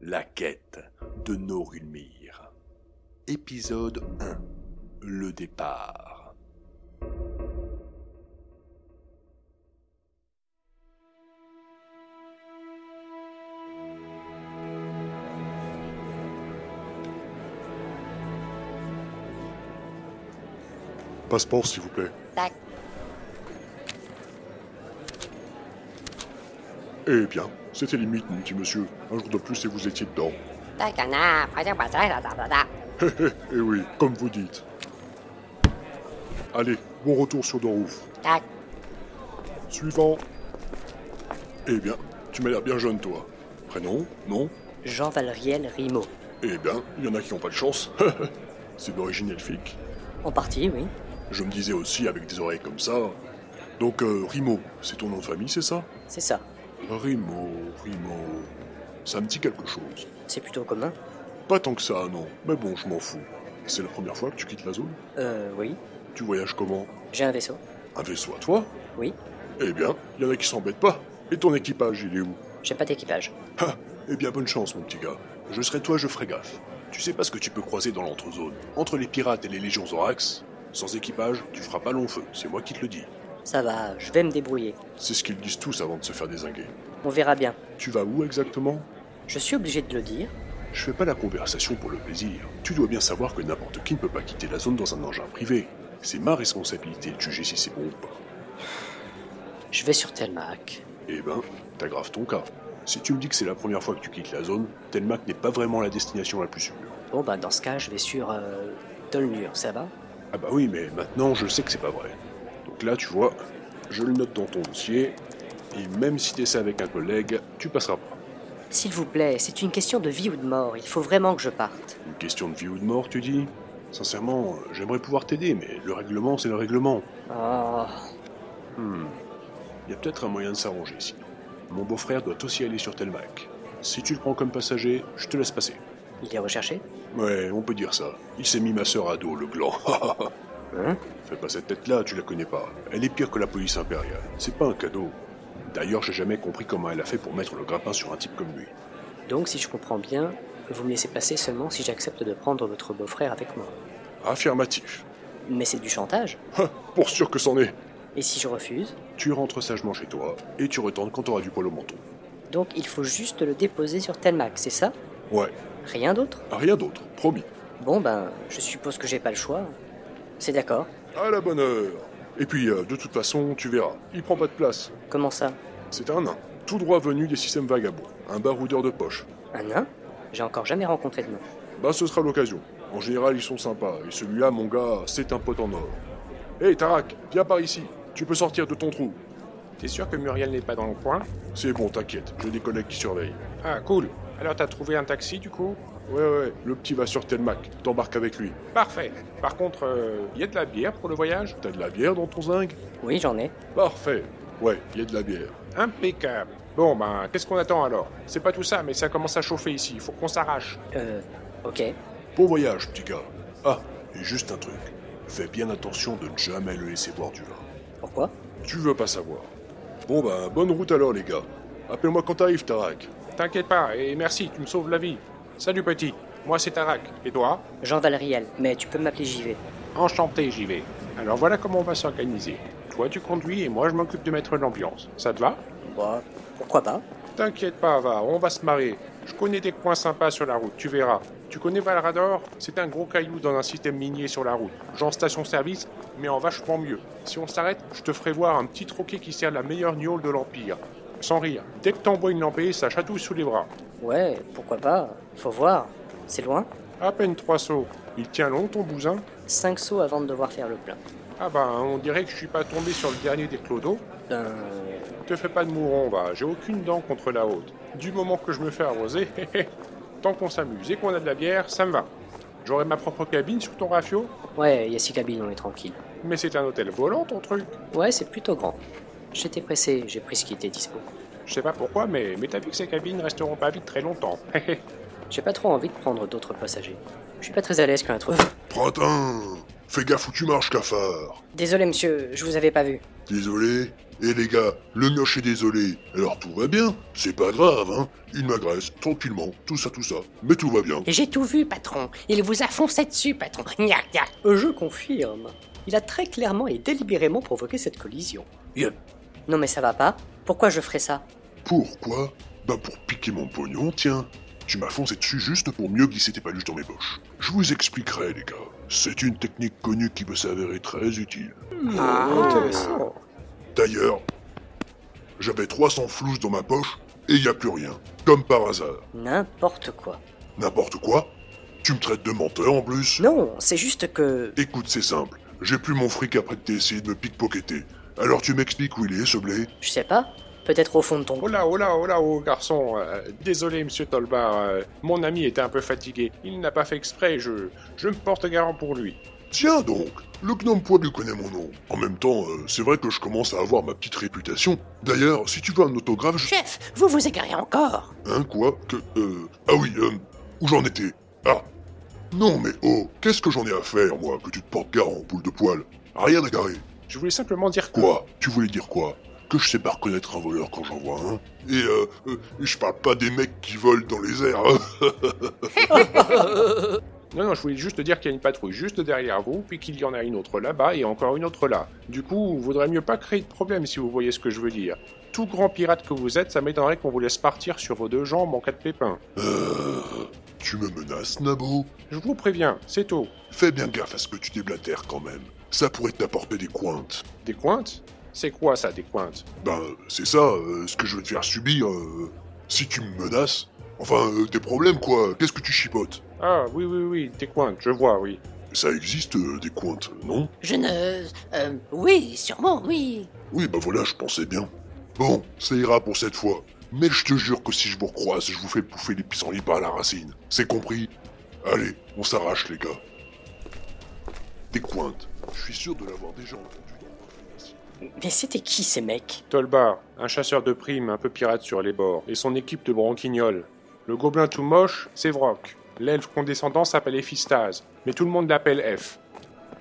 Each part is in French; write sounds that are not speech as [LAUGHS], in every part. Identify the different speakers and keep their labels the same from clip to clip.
Speaker 1: La quête de Norulmir. Épisode 1. Le départ.
Speaker 2: Passeport, s'il vous plaît.
Speaker 3: Tac.
Speaker 2: Eh bien, c'était limite, mon petit monsieur. Un jour de plus et vous étiez dedans.
Speaker 3: Tac, tana, frère, bataille, da, da, da, da.
Speaker 2: Hé hé, eh oui, comme vous dites. Allez, bon retour sur Dorouf.
Speaker 3: Tac.
Speaker 2: Suivant. Eh bien, tu m'as l'air bien jeune, toi. Prénom Non
Speaker 4: Jean Valriel Rimaud.
Speaker 2: Eh bien, il y en a qui n'ont pas de chance. [LAUGHS] C'est d'origine elfique.
Speaker 4: En partie, oui.
Speaker 2: Je me disais aussi, avec des oreilles comme ça... Donc, euh, Rimo, c'est ton nom de famille, c'est ça
Speaker 4: C'est ça.
Speaker 2: Rimo, Rimo... Ça me dit quelque chose.
Speaker 4: C'est plutôt commun.
Speaker 2: Pas tant que ça, non. Mais bon, je m'en fous. C'est la première fois que tu quittes la zone
Speaker 4: Euh, oui.
Speaker 2: Tu voyages comment
Speaker 4: J'ai un vaisseau.
Speaker 2: Un vaisseau à toi
Speaker 4: Oui.
Speaker 2: Eh bien, il y en a qui s'embêtent pas. Et ton équipage, il est où
Speaker 4: J'ai pas d'équipage.
Speaker 2: Ah, eh bien, bonne chance, mon petit gars. Je serai toi, je ferai gaffe. Tu sais pas ce que tu peux croiser dans l'entrezone. Entre les pirates et les légions Zorax, sans équipage, tu feras pas long feu. C'est moi qui te le dis.
Speaker 4: Ça va, je vais me débrouiller.
Speaker 2: C'est ce qu'ils disent tous avant de se faire désinguer.
Speaker 4: On verra bien.
Speaker 2: Tu vas où exactement
Speaker 4: Je suis obligé de le dire.
Speaker 2: Je fais pas la conversation pour le plaisir. Tu dois bien savoir que n'importe qui ne peut pas quitter la zone dans un engin privé. C'est ma responsabilité de juger si c'est bon ou pas.
Speaker 4: Je vais sur Telmac.
Speaker 2: Eh ben, t'aggraves ton cas. Si tu me dis que c'est la première fois que tu quittes la zone, Telmac n'est pas vraiment la destination la plus sûre.
Speaker 4: Bon, bah, dans ce cas, je vais sur. Euh, Tolnur, ça va
Speaker 2: Ah bah oui, mais maintenant je sais que c'est pas vrai. Donc là, tu vois, je le note dans ton dossier, et même si t'essaies avec un collègue, tu passeras pas.
Speaker 4: S'il vous plaît, c'est une question de vie ou de mort. Il faut vraiment que je parte.
Speaker 2: Une question de vie ou de mort, tu dis Sincèrement, euh, j'aimerais pouvoir t'aider, mais le règlement, c'est le règlement.
Speaker 4: Oh.
Speaker 2: Hmm. Il y a peut-être un moyen de s'arranger ici. Mon beau-frère doit aussi aller sur Telmac. Si tu le prends comme passager, je te laisse passer.
Speaker 4: Il est recherché
Speaker 2: Ouais, on peut dire ça. Il s'est mis ma sœur à dos, le gland. [LAUGHS]
Speaker 4: Hein
Speaker 2: Fais pas cette tête-là, tu la connais pas. Elle est pire que la police impériale. C'est pas un cadeau. D'ailleurs, j'ai jamais compris comment elle a fait pour mettre le grappin sur un type comme lui.
Speaker 4: Donc, si je comprends bien, vous me laissez passer seulement si j'accepte de prendre votre beau-frère avec moi.
Speaker 2: Affirmatif.
Speaker 4: Mais c'est du chantage.
Speaker 2: Ah, pour sûr que c'en est.
Speaker 4: Et si je refuse
Speaker 2: Tu rentres sagement chez toi et tu retournes quand t'auras du poil au menton.
Speaker 4: Donc, il faut juste le déposer sur Telmac, c'est ça
Speaker 2: Ouais,
Speaker 4: Rien d'autre
Speaker 2: rien d'autre, promis.
Speaker 4: Bon ben, je suppose que j'ai pas le choix. C'est d'accord.
Speaker 2: À la bonne heure. Et puis, euh, de toute façon, tu verras. Il prend pas de place.
Speaker 4: Comment ça
Speaker 2: C'est un nain. Tout droit venu des systèmes vagabonds. Un baroudeur de poche.
Speaker 4: Un nain J'ai encore jamais rencontré de nain.
Speaker 2: Bah, ce sera l'occasion. En général, ils sont sympas. Et celui-là, mon gars, c'est un pote en or. Hé, Tarak, viens par ici. Tu peux sortir de ton trou.
Speaker 5: T'es sûr que Muriel n'est pas dans le coin
Speaker 2: C'est bon, t'inquiète. J'ai des collègues qui surveillent.
Speaker 5: Ah, cool. Alors t'as trouvé un taxi du coup
Speaker 2: Ouais, ouais, le petit va sur Telmac. T'embarques avec lui.
Speaker 5: Parfait. Par contre, il y a de la bière pour le voyage
Speaker 2: T'as de la bière dans ton zinc
Speaker 4: Oui, j'en ai.
Speaker 2: Parfait. Ouais, y a de la bière.
Speaker 5: Impeccable. Bon, ben, qu'est-ce qu'on attend alors C'est pas tout ça, mais ça commence à chauffer ici, faut qu'on s'arrache.
Speaker 4: Euh, ok.
Speaker 2: Bon voyage, petit gars. Ah, et juste un truc. Fais bien attention de ne jamais le laisser boire du vin.
Speaker 4: Pourquoi
Speaker 2: Tu veux pas savoir. Bon ben, bonne route alors les gars. Appelle-moi quand t'arrives, Tarak.
Speaker 5: T'inquiète pas, et merci, tu me sauves la vie. Salut petit, moi c'est Tarak, et toi
Speaker 4: Jean Valriel, mais tu peux m'appeler JV.
Speaker 5: Enchanté, j'y vais. Alors voilà comment on va s'organiser. Toi tu conduis et moi je m'occupe de mettre l'ambiance. Ça te va
Speaker 4: Bah, pourquoi pas
Speaker 5: T'inquiète pas, va, on va se marrer. Je connais des coins sympas sur la route, tu verras. Tu connais Valrador C'est un gros caillou dans un système minier sur la route. Genre station-service, mais en vachement mieux. Si on s'arrête, je te ferai voir un petit troquet qui sert la meilleure gnôle de l'Empire. Sans rire, dès que t'envoies une lampée, ça chatouille sous les bras.
Speaker 4: Ouais, pourquoi pas Faut voir. C'est loin
Speaker 5: À peine trois sauts. Il tient long ton bousin
Speaker 4: Cinq sauts avant de devoir faire le plein.
Speaker 5: Ah ben, on dirait que je suis pas tombé sur le dernier des clodos.
Speaker 4: Ben,
Speaker 5: Te fais pas de mouron, va, j'ai aucune dent contre la haute. Du moment que je me fais arroser, [LAUGHS] tant qu'on s'amuse et qu'on a de la bière, ça me va. J'aurai ma propre cabine sur ton rafio,
Speaker 4: ouais, y a six cabines, on est tranquille.
Speaker 5: mais c'est un hôtel volant ton truc.
Speaker 4: Ouais, c'est plutôt grand. J'étais pressé, j'ai pris ce qui était dispo.
Speaker 5: Je sais pas pourquoi, mais, mais t'as vu que ces cabines resteront pas vides très longtemps.
Speaker 4: J'ai pas trop envie de prendre d'autres passagers. Je suis pas très à l'aise
Speaker 3: Oh,
Speaker 4: quand un truc.
Speaker 2: Printemps Fais gaffe où tu marches, cafard
Speaker 4: Désolé monsieur, je vous avais pas vu.
Speaker 2: Désolé Eh les gars, le mioche est désolé. Alors tout va bien. C'est pas grave, hein. Il m'agresse, tranquillement, tout ça, tout ça. Mais tout va bien.
Speaker 3: J'ai tout vu, patron. Il vous a foncé dessus, patron. [LAUGHS] Gna, gna.
Speaker 4: Euh, Je confirme. Il a très clairement et délibérément provoqué cette collision.
Speaker 2: Yep.
Speaker 4: Non mais ça va pas. Pourquoi je ferais ça
Speaker 2: Pourquoi Bah pour piquer mon pognon, tiens. Tu m'as foncé dessus juste pour mieux glisser tes paluches dans mes poches. Je vous expliquerai, les gars. C'est une technique connue qui peut s'avérer très utile.
Speaker 3: Hmm,
Speaker 4: Ah, intéressant.
Speaker 2: D'ailleurs, j'avais 300 flouches dans ma poche et il a plus rien. Comme par hasard.
Speaker 4: N'importe quoi.
Speaker 2: N'importe quoi Tu me traites de menteur en plus
Speaker 4: Non, c'est juste que...
Speaker 2: Écoute, c'est simple. J'ai plus mon fric après que t'aies essayé de me pickpocketer. Alors tu m'expliques où il est, ce blé
Speaker 4: Je sais pas. Peut-être au fond de ton...
Speaker 5: Oh là, oh là, oh là, oh garçon. euh, désolé, monsieur Tolbar. euh, mon ami était un peu fatigué. Il n'a pas fait exprès. Je, je me porte garant pour lui.
Speaker 2: Tiens donc Le gnome poilu connaît mon nom. En même temps, euh, c'est vrai que je commence à avoir ma petite réputation. D'ailleurs, si tu veux un autographe, je...
Speaker 3: Chef, vous vous égarez encore.
Speaker 2: Hein, quoi Que... Euh... Ah oui, euh... Où j'en étais Ah Non mais oh, qu'est-ce que j'en ai à faire, moi, que tu te portes garant, boule de poil Rien à garer
Speaker 5: Je voulais simplement dire que...
Speaker 2: Quoi Tu voulais dire quoi Que je sais pas reconnaître un voleur quand j'en vois un Et euh, euh, je parle pas des mecs qui volent dans les airs. hein
Speaker 5: Non, non, je voulais juste te dire qu'il y a une patrouille juste derrière vous, puis qu'il y en a une autre là-bas et encore une autre là. Du coup, vaudrait mieux pas créer de problème si vous voyez ce que je veux dire. Tout grand pirate que vous êtes, ça m'étonnerait qu'on vous laisse partir sur vos deux jambes en cas de pépin.
Speaker 2: Euh, tu me menaces, Nabo
Speaker 5: Je vous préviens, c'est tôt.
Speaker 2: Fais bien gaffe à ce que tu déblatères quand même. Ça pourrait t'apporter des cointes.
Speaker 5: Des cointes C'est quoi ça, des cointes
Speaker 2: Ben, c'est ça, euh, ce que je vais te faire subir, euh, si tu me menaces. Enfin, euh, des problèmes, quoi. Qu'est-ce que tu chipotes
Speaker 5: Ah, oui, oui, oui, des cointes, je vois, oui.
Speaker 2: Ça existe, euh, des cointes, non
Speaker 3: Je ne... euh, oui, sûrement, oui.
Speaker 2: Oui, bah voilà, je pensais bien. Bon, ça ira pour cette fois. Mais je te jure que si je vous recroise, je vous fais bouffer les pissenlits par la racine. C'est compris Allez, on s'arrache, les gars. Des cointes. Je suis sûr de l'avoir déjà entendu dans le film.
Speaker 4: Mais c'était qui ces mecs
Speaker 5: Tolbar, un chasseur de primes un peu pirate sur les bords, et son équipe de branquignols. Le gobelin tout moche, c'est Vrock. L'elfe condescendant s'appelle Ephistase, mais tout le monde l'appelle F.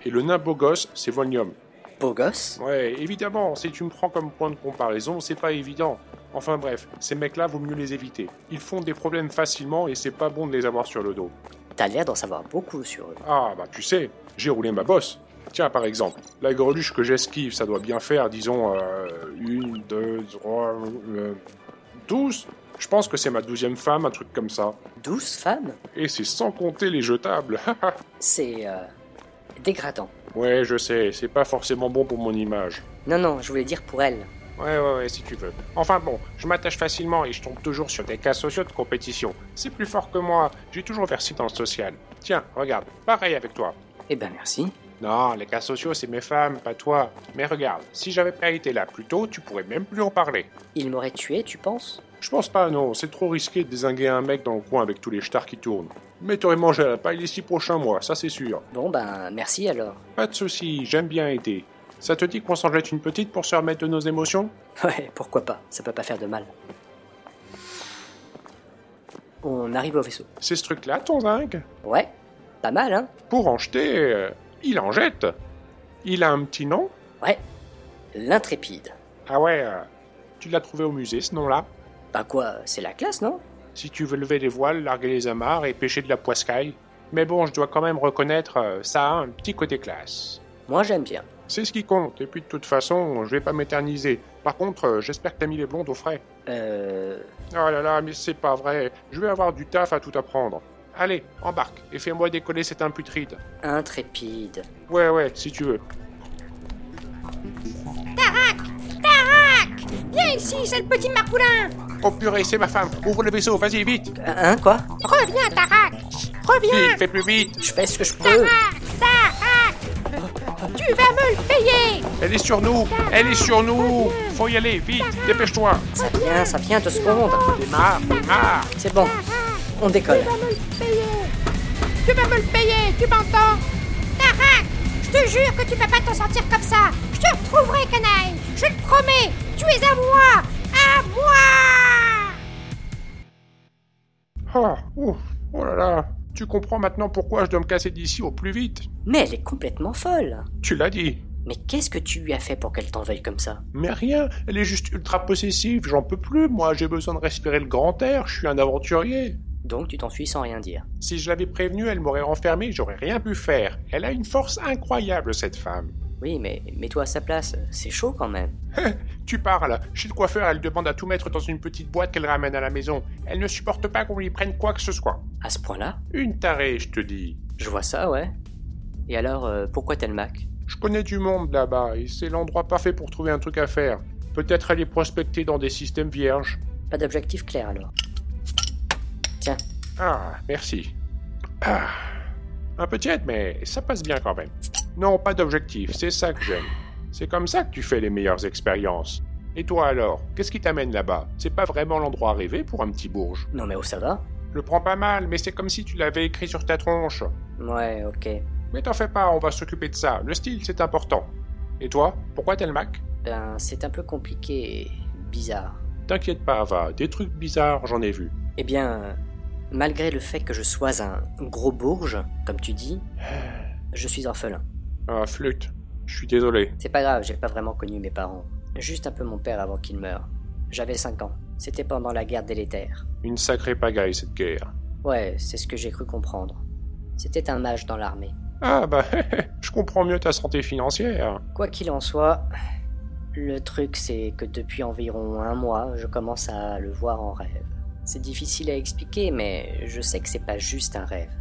Speaker 5: Et le nain beau gosse, c'est Volnium.
Speaker 4: Beau gosse
Speaker 5: Ouais, évidemment, si tu me prends comme point de comparaison, c'est pas évident. Enfin bref, ces mecs-là, vaut mieux les éviter. Ils font des problèmes facilement et c'est pas bon de les avoir sur le dos.
Speaker 4: T'as l'air d'en savoir beaucoup sur eux.
Speaker 5: Ah, bah tu sais, j'ai roulé ma bosse. Tiens, par exemple, la greluche que j'esquive, ça doit bien faire, disons, euh, une, deux, trois, euh, douze Je pense que c'est ma douzième femme, un truc comme ça.
Speaker 4: Douze femmes
Speaker 5: Et c'est sans compter les jetables. [LAUGHS]
Speaker 4: C'est... euh, dégradant.
Speaker 5: ouais, je sais, c'est pas forcément bon pour mon image.
Speaker 4: Non, non, je voulais dire pour elle.
Speaker 5: Ouais, ouais, ouais, si tu veux. Enfin bon, je m'attache facilement et je tombe toujours sur des cas sociaux de compétition. C'est plus fort que moi, j'ai toujours versé dans le social. Tiens, regarde, pareil avec toi.
Speaker 4: Eh ben merci.
Speaker 5: Non, les cas sociaux, c'est mes femmes, pas toi. Mais regarde, si j'avais pas été là plus tôt, tu pourrais même plus en parler.
Speaker 4: Il m'aurait tué, tu penses
Speaker 5: Je pense pas, non, c'est trop risqué de désinguer un mec dans le coin avec tous les stars qui tournent. Mais t'aurais mangé à la paille les six prochains mois, ça c'est sûr.
Speaker 4: Bon ben merci alors.
Speaker 5: Pas de souci, j'aime bien aider. Ça te dit qu'on s'en jette une petite pour se remettre de nos émotions
Speaker 4: [LAUGHS] Ouais, pourquoi pas, ça peut pas faire de mal. On arrive au vaisseau.
Speaker 5: C'est ce truc-là, ton zinc
Speaker 4: Ouais, pas mal hein
Speaker 5: Pour en jeter, euh, il en jette. Il a un petit nom
Speaker 4: Ouais. L'intrépide.
Speaker 5: Ah ouais, euh, tu l'as trouvé au musée ce nom-là
Speaker 4: Bah quoi, c'est la classe non
Speaker 5: Si tu veux lever les voiles, larguer les amarres et pêcher de la poiscaille. Mais bon, je dois quand même reconnaître, euh, ça a un petit côté classe.
Speaker 4: Moi j'aime bien.
Speaker 5: C'est ce qui compte, et puis de toute façon, je vais pas m'éterniser. Par contre, euh, j'espère que t'as mis les blondes au frais.
Speaker 4: Euh...
Speaker 5: Oh là là, mais c'est pas vrai, je vais avoir du taf à tout apprendre. Allez, embarque, et fais-moi décoller cette imputride.
Speaker 4: Intrépide.
Speaker 5: Ouais, ouais, si tu veux.
Speaker 3: Viens ici, c'est le petit marpoulin.
Speaker 5: Oh purée, c'est ma femme, ouvre le vaisseau, vas-y, vite
Speaker 4: Hein quoi
Speaker 3: Reviens, Tarak. Reviens,
Speaker 5: Vite, fais plus vite
Speaker 4: Je fais ce que je peux.
Speaker 3: Tarak. Tu vas me le payer.
Speaker 5: Elle est sur nous Elle est sur nous Faut y aller, vite Dépêche-toi Ah,
Speaker 4: Ça vient, ça vient, deux secondes.
Speaker 5: Démarre, démarre
Speaker 4: C'est bon, on décolle.
Speaker 3: Oh, Tu vas me le payer. Tu vas me le payer, tu m'entends Tarak, je te jure que tu vas pas t'en sortir comme ça. Je te retrouverai, canaille. Je le promets. Tu es à moi. À moi.
Speaker 5: Oh, ouf, oh là là Tu comprends maintenant pourquoi je dois me casser d'ici au plus vite
Speaker 4: Mais elle est complètement folle.
Speaker 5: Tu l'as dit
Speaker 4: Mais qu'est-ce que tu lui as fait pour qu'elle t'en veuille comme ça
Speaker 5: Mais rien, elle est juste ultra possessive, j'en peux plus, moi j'ai besoin de respirer le grand air, je suis un aventurier.
Speaker 4: Donc tu t'enfuis sans rien dire.
Speaker 5: Si je l'avais prévenue, elle m'aurait renfermé, j'aurais rien pu faire. Elle a une force incroyable, cette femme.
Speaker 4: Oui, mais mets-toi à sa place, c'est chaud quand même.
Speaker 5: Tu parles, chez le coiffeur, elle demande à tout mettre dans une petite boîte qu'elle ramène à la maison. Elle ne supporte pas qu'on lui prenne quoi que ce soit.
Speaker 4: À ce point-là
Speaker 5: Une tarée, je te dis.
Speaker 4: Je vois ça, ouais. Et alors, euh, pourquoi Telmac
Speaker 5: Je connais du monde là-bas, et c'est l'endroit parfait pour trouver un truc à faire. Peut-être aller prospecter dans des systèmes vierges.
Speaker 4: Pas d'objectif clair alors. Tiens,
Speaker 5: Ah, merci. Ah. Un peu tiède, mais ça passe bien quand même. Non, pas d'objectif, c'est ça que j'aime. C'est comme ça que tu fais les meilleures expériences. Et toi alors, qu'est-ce qui t'amène là-bas C'est pas vraiment l'endroit rêvé pour un petit bourge.
Speaker 4: non mais oh ça va
Speaker 5: Je le prends pas mal, mais c'est comme si tu l'avais écrit sur ta tronche.
Speaker 4: Ouais, ok.
Speaker 5: Mais t'en fais pas, on va s'occuper de ça. Le style, c'est important. Et toi, pourquoi t'es le Mac
Speaker 4: Ben, c'est un peu compliqué et bizarre.
Speaker 5: T'inquiète pas, Ava, des trucs bizarres, j'en ai vu.
Speaker 4: Eh bien, malgré le fait que je sois un gros bourge, comme tu dis, je suis orphelin.
Speaker 5: Ah, flûte. Je suis désolé.
Speaker 4: C'est pas grave, j'ai pas vraiment connu mes parents. Juste un peu mon père avant qu'il meure. J'avais 5 ans. C'était pendant la guerre délétère.
Speaker 5: Une sacrée pagaille, cette guerre.
Speaker 4: Ouais, c'est ce que j'ai cru comprendre. C'était un mage dans l'armée.
Speaker 5: Ah bah, [LAUGHS] je comprends mieux ta santé financière.
Speaker 4: Quoi qu'il en soit, le truc c'est que depuis environ un mois, je commence à le voir en rêve. C'est difficile à expliquer, mais je sais que c'est pas juste un rêve.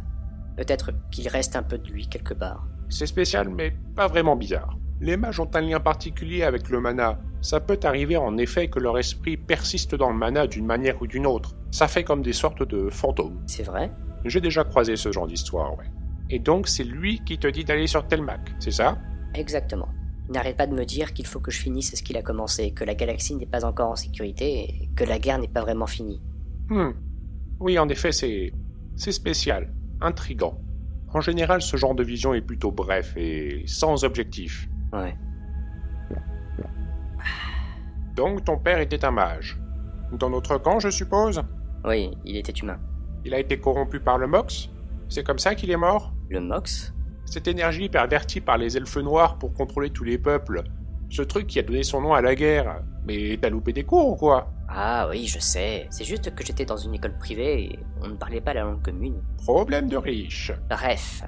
Speaker 4: Peut-être qu'il reste un peu de lui quelque part.
Speaker 5: C'est spécial, mais pas vraiment bizarre. Les mages ont un lien particulier avec le mana. Ça peut arriver en effet que leur esprit persiste dans le mana d'une manière ou d'une autre. Ça fait comme des sortes de fantômes.
Speaker 4: C'est vrai
Speaker 5: J'ai déjà croisé ce genre d'histoire, ouais. Et donc c'est lui qui te dit d'aller sur Telmac, c'est ça
Speaker 4: Exactement. Il n'arrête pas de me dire qu'il faut que je finisse ce qu'il a commencé, que la galaxie n'est pas encore en sécurité, et que la guerre n'est pas vraiment finie.
Speaker 5: Hmm. Oui, en effet, c'est. C'est spécial, intrigant. En général, ce genre de vision est plutôt bref et sans objectif.
Speaker 4: Ouais.
Speaker 5: Donc ton père était un mage. Dans notre camp, je suppose
Speaker 4: Oui, il était humain.
Speaker 5: Il a été corrompu par le Mox C'est comme ça qu'il est mort
Speaker 4: Le Mox
Speaker 5: Cette énergie pervertie par les elfes noirs pour contrôler tous les peuples. Ce truc qui a donné son nom à la guerre. Mais t'as loupé des cours ou quoi
Speaker 4: Ah oui, je sais. C'est juste que j'étais dans une école privée et on ne parlait pas la langue commune.
Speaker 5: Problème de riche.
Speaker 4: Bref.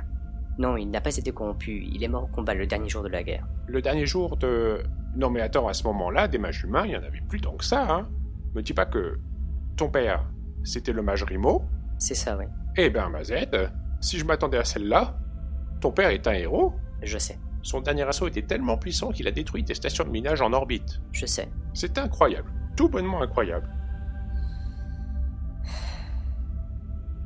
Speaker 4: Non, il n'a pas été corrompu. Il est mort au combat le dernier jour de la guerre.
Speaker 5: Le dernier jour de... Non mais attends, à ce moment-là, des mages humains, il y en avait plus tant que ça, hein Me dis pas que... Ton père, c'était le mage Rimo
Speaker 4: C'est ça, oui.
Speaker 5: Eh ben, Mazette, si je m'attendais à celle-là, ton père est un héros
Speaker 4: Je sais.
Speaker 5: Son dernier assaut était tellement puissant qu'il a détruit des stations de minage en orbite.
Speaker 4: Je sais.
Speaker 5: C'est incroyable, tout bonnement incroyable.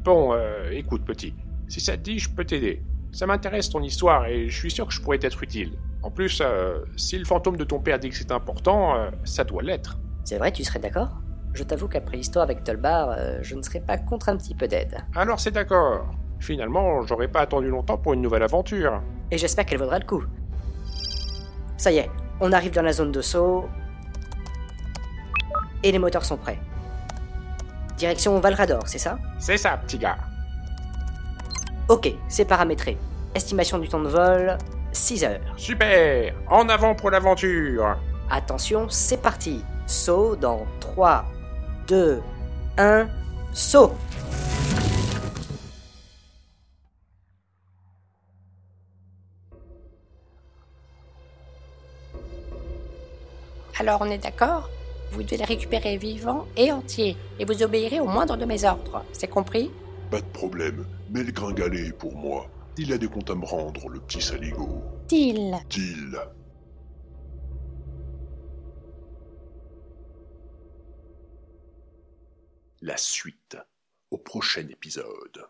Speaker 5: Bon, euh, écoute, petit, si ça te dit, je peux t'aider. Ça m'intéresse ton histoire et je suis sûr que je pourrais t'être utile. En plus, euh, si le fantôme de ton père dit que c'est important, euh, ça doit l'être.
Speaker 4: C'est vrai, tu serais d'accord Je t'avoue qu'après l'histoire avec Tolbar, euh, je ne serais pas contre un petit peu d'aide.
Speaker 5: Alors c'est d'accord. Finalement, j'aurais pas attendu longtemps pour une nouvelle aventure.
Speaker 4: Et j'espère qu'elle vaudra le coup. Ça y est, on arrive dans la zone de saut. Et les moteurs sont prêts. Direction Valrador, c'est ça
Speaker 5: C'est ça, petit gars.
Speaker 4: Ok, c'est paramétré. Estimation du temps de vol, 6 heures.
Speaker 5: Super En avant pour l'aventure
Speaker 4: Attention, c'est parti. Saut dans 3, 2, 1, saut
Speaker 3: Alors on est d'accord Vous devez le récupérer vivant et entier, et vous obéirez au moindre de mes ordres. C'est compris
Speaker 2: Pas de problème, mais le gringalet est pour moi. Il a des comptes à me rendre, le petit saligo.
Speaker 3: Til
Speaker 2: Til.
Speaker 1: La suite au prochain épisode.